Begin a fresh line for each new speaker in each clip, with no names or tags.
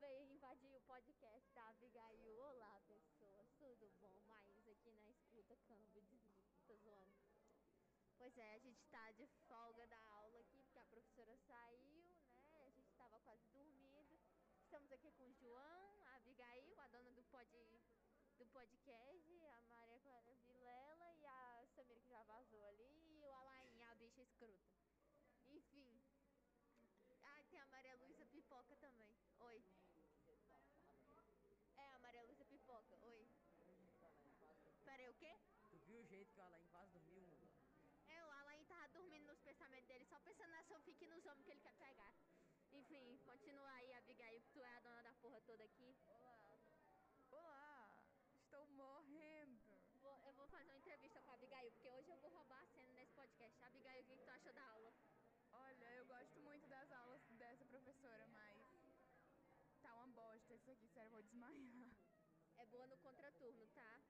veio invadir o podcast da Abigail. Olá, pessoas, tudo bom? Mas aqui na escuta, câmbio, desliga, tô zoando. Pois é, a gente tá de folga da aula aqui, porque a professora saiu, né? A gente tava quase dormindo. Estamos aqui com o João, a Abigail, a dona do, pod, do podcast, a Maria Clara Vilela e a Samira que já vazou ali, e o Alain, a bicha escrota. Enfim. Ah, tem a Maria Luísa Pipoca também. Oi. É, a Maria Luísa Pipoca. Oi. Peraí, o quê?
Tu viu o jeito que o Alain quase dormiu, mano?
É, o Alain tava dormindo nos pensamentos dele, só pensando na fanfic e nos homens que ele quer pegar. Enfim, continua aí, Abigail, que tu é a dona da porra toda aqui.
Olá, estou morrendo.
Vou- eu vou fazer uma entrevista com a Abigail, porque hoje eu vou roubar a cena desse podcast. Abigail, o que, que tu achou da aula?
Olha, eu gosto muito das aulas dessa professora, mas tá uma bosta isso aqui, sério, eu vou desmaiar.
É boa no contraturno, tá?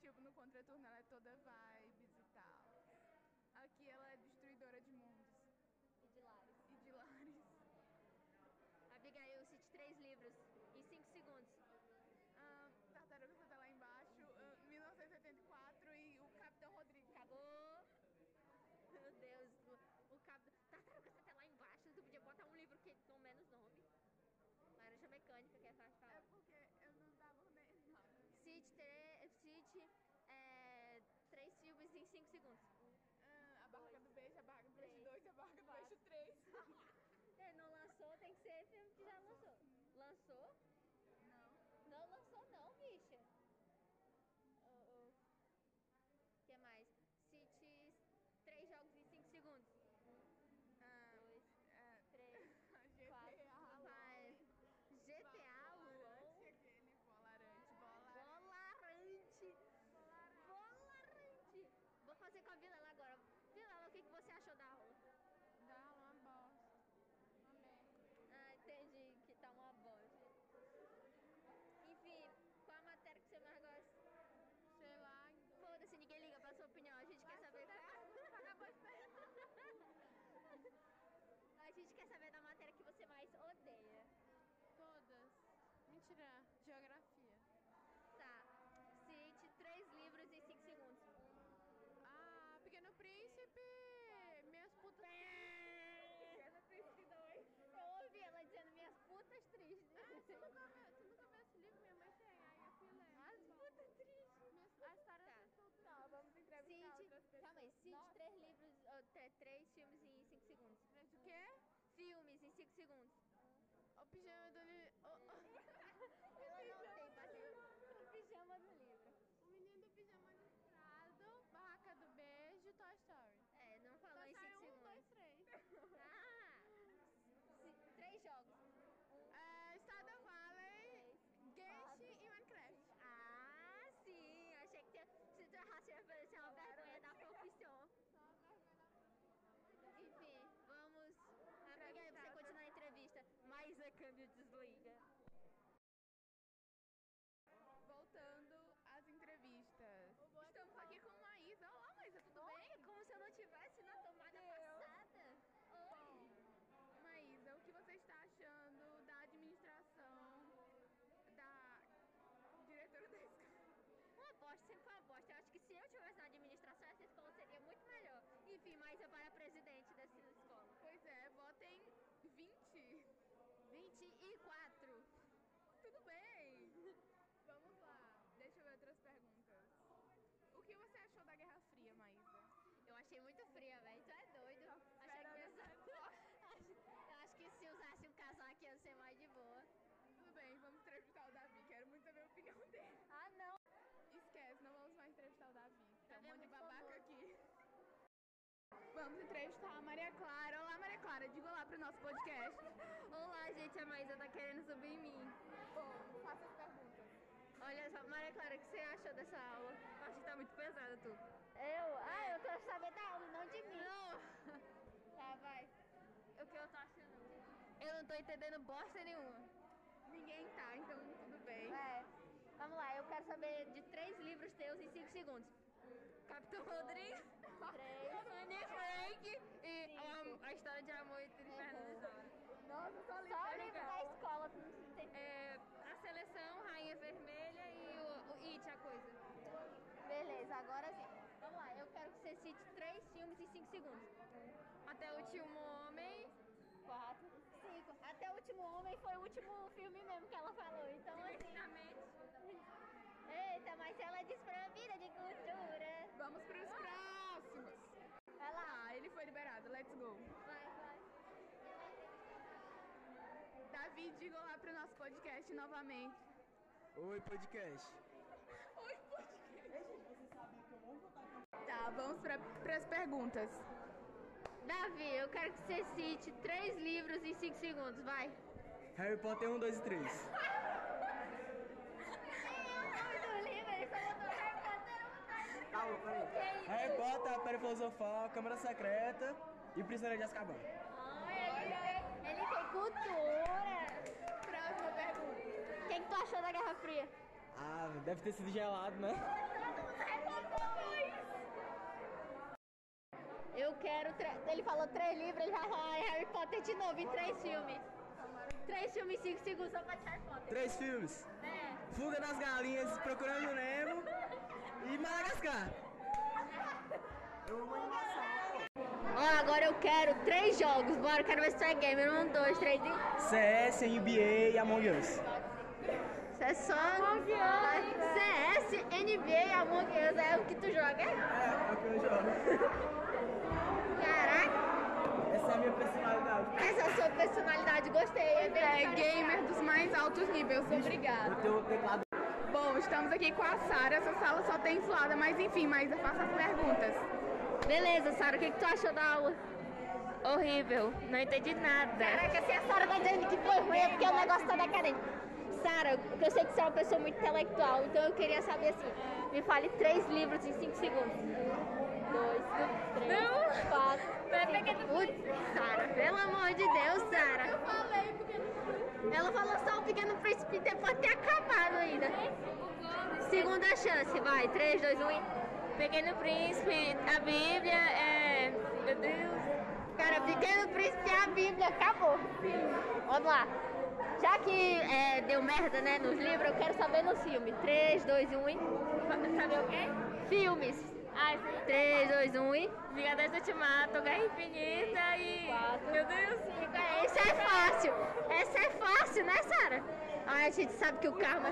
Tipo, no contraturno ela é toda vibes e tal. Aqui ela é destruidora de mundos
E de lares.
e de lares.
Abigail, cite três livros em cinco segundos.
Ah, Tartaruga Ninja tá lá embaixo, ah, 1984 e o Capitão Rodrigo.
Acabou! Meu Deus, o, o cabo. Tartaruga você tá lá embaixo, tu podia botar um livro que com menos nome. Laranja Mecânica, que é fácil de
É
falar.
porque eu não tava organizada.
Cite, tre- cite é, três filmes em cinco segundos.
Ah, a barraca do beijo, a barraca do beijo
Três.
2, a barraca do beijo 3.
É, não lançou, tem que ser filme que já lançou. Lançou?
Não.
Não lançou não, bicha. O que mais? Cite três jogos em cinco segundos. Um,
Ah,
Dois,
é,
três,
GTA,
quatro,
LOL.
vai. GTA,
Bolarante,
LOL.
aquele bolarante, bolarante.
Bolarante! Bolarante! Vou fazer com a Vilela agora. Vilela, o que, que você achou da aula?
Dá uma bosta. Uma merda.
Ah, entendi que tá uma bosta. Enfim, qual a matéria que você mais gosta?
Sei lá.
Foda-se, ninguém liga pra sua opinião. A gente quer saber qual...
Acabou de perguntar.
A gente quer saber da matéria que você mais odeia.
Todas. Mentira. Geografia.
Tá. Cite três livros em cinco segundos.
Ah, Pequeno Príncipe. Minhas putas. Pequeno Príncipe 2.
Eu ouvi ela dizendo minhas putas tristes.
Ah, tu nunca, viu, tu nunca viu esse livro? Minha mãe tem. Aí eu fui ler.
As putas tristes.
Minhas- A história
Tá.
transcultural. Vamos entrevistar
Cite,
outras pessoas.
calma aí, cite
Nossa.
três livros, ou tre- três filmes em cinco segundos.
Três o tá, quê?
Filmes em cinco segundos.
O pijama do Lili.
Ela não tem paciência. O pijama do livro.
O menino do pijama listrado, barraca do beijo, Toy Story.
É, não falou
Toy
em
Story
cinco
1, 2,
segundos.
3.
Ah! ci- Três jogos.
É, Stardew Valley, Genshin e Minecraft.
Ah, sim! Achei que tinha- se errasse ia parecer uma vergonha da profissão. Enfim, vamos. Amiga, pra você continuar a entrevista. Mais a câmbio desliga.
Voltando às entrevistas. Estamos aqui com Maísa. Olá, Maísa, tudo
Oi,
bem?
como se eu não tivesse na tomada
Meu Deus.
passada. Oi.
Maísa, o que você está achando da administração da diretora da escola?
Uma bosta sempre foi uma bosta. Eu acho que se eu tivesse na administração, essa escola seria muito melhor. Enfim, mas eu para presidente dessa escola.
Pois é, votem 20.
24.
Tudo bem. Vamos lá. Deixa eu ver outras perguntas. O que você achou da Guerra Fria, Maísa?
Eu achei muito fria, velho. Tu é doido.
Nossa,
Achei que
era
ia ser- Acho- Eu acho que se usasse um casaco ia ser mais de boa.
Tudo bem, vamos entrevistar o Davi. Quero muito saber a opinião dele.
Ah, não.
Esquece, não vamos mais entrevistar o Davi. Tá um
Davi
monte de
é muito
babaca
famoso.
aqui. Vamos entrevistar a Maria Clara. Olá, Maria Clara. Diga olá pro nosso podcast.
Olá, gente. A Maísa tá querendo subir em mim.
Bom, faça as perguntas.
Olha só, Maria Clara, o que você achou dessa aula?
Acho que tá muito pesada tu.
Eu? Ah, eu quero saber da aula, não de mim.
Tá, vai. O que eu tô achando?
Eu não tô entendendo bosta nenhuma.
Ninguém tá, então tudo bem.
É. Vamos lá, eu quero saber de três livros teus em cinco segundos.
Capitão Rodrigo,
Três.
Anne Frank e a, a história de amor entre Fernando e Zora.
Nossa, só
Só o livro da escola É, Agora sim. Vamos lá, eu quero que você cite três filmes em cinco segundos.
Até o último homem.
Quatro, cinco. Até o último homem foi o último filme mesmo que ela falou. Então, assim. Eita, mas ela desprovida de cultura.
Vamos pros próximos.
Vai lá,
Ah, ele foi liberado. Let's go.
vai, vai.
Davi, diga lá pro nosso podcast novamente.
Oi, podcast.
Oi, podcast. Tá, vamos pra, pras perguntas.
Davi, eu quero que você cite três livros em cinco segundos, vai.
Harry Potter 1, 2 e 3. Tá bom, peraí. Harry Potter, a Pedra Filosofal, Câmara Secreta e Prisioneiro de Azkaban.
Ele tem cultura.
Próxima pergunta.
O que, que tu achou da Guerra Fria?
Ah, deve ter sido gelado, né?
Eu quero. tre- Ele falou três livros, ele já falou "Ai, Harry Potter de novo em três filmes. Três filmes em cinco segundos só pra de Harry Potter.
Três filmes.
É.
Fuga das Galinhas, Procurando o Nemo e Madagascar.
Ah, agora eu quero três jogos. Bora, eu quero ver se tu é gamer. Um, dois, três e.
CS, NBA e Among Us.
Isso é só. CS, NBA, Among Us, é o que tu joga, é?
É, é o que eu jogo.
Caraca,
Essa é a minha personalidade.
essa é a sua personalidade, gostei. É,
É gamer dos mais altos níveis. Obrigada.
Eu tenho um teclado.
Bom, estamos aqui com a Sara. Essa sala só tem zoada, mas enfim, mas eu faço as perguntas.
Beleza, Sara, o que, que tu achou da aula?
Horrível. Não entendi nada.
Caraca, se a Sara tá dizendo que foi ruim, é porque o negócio tá decadente. Sara, porque eu sei que você é uma pessoa muito intelectual, então eu queria saber assim: me fale três livros em cinco segundos. Um, dois, três,
Não.
quatro. cinco. Putz, Sara, pelo amor de Deus, Sara. Eu falei, porque Ela falou só o Pequeno Príncipe depois de ter acabado ainda. Segunda chance, vai. Três, dois, um. e-
Pequeno Príncipe, a Bíblia é. Meu Deus.
Cara, Pequeno Príncipe é a Bíblia, acabou. Vamos lá. Já que é, deu merda, né, nos livros, eu quero saber nos filmes. 3, 2, 1 e...
Sabe o quê?
Filmes.
Ai, sim.
3, 2, 1 e...
Vingadores Ultimato, Guerra Infinita e.
Quatro.
Meu Deus! tá
É, Esse é fácil. Essa é fácil, né, Sara? Ai, a gente sabe que o karma...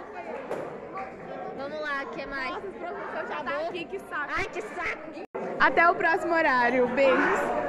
Vamos lá, o que mais?
Nossa, os professores já tá
Acabou?
aqui, que saco.
Ai, que saco!
Até o próximo horário. Beijos.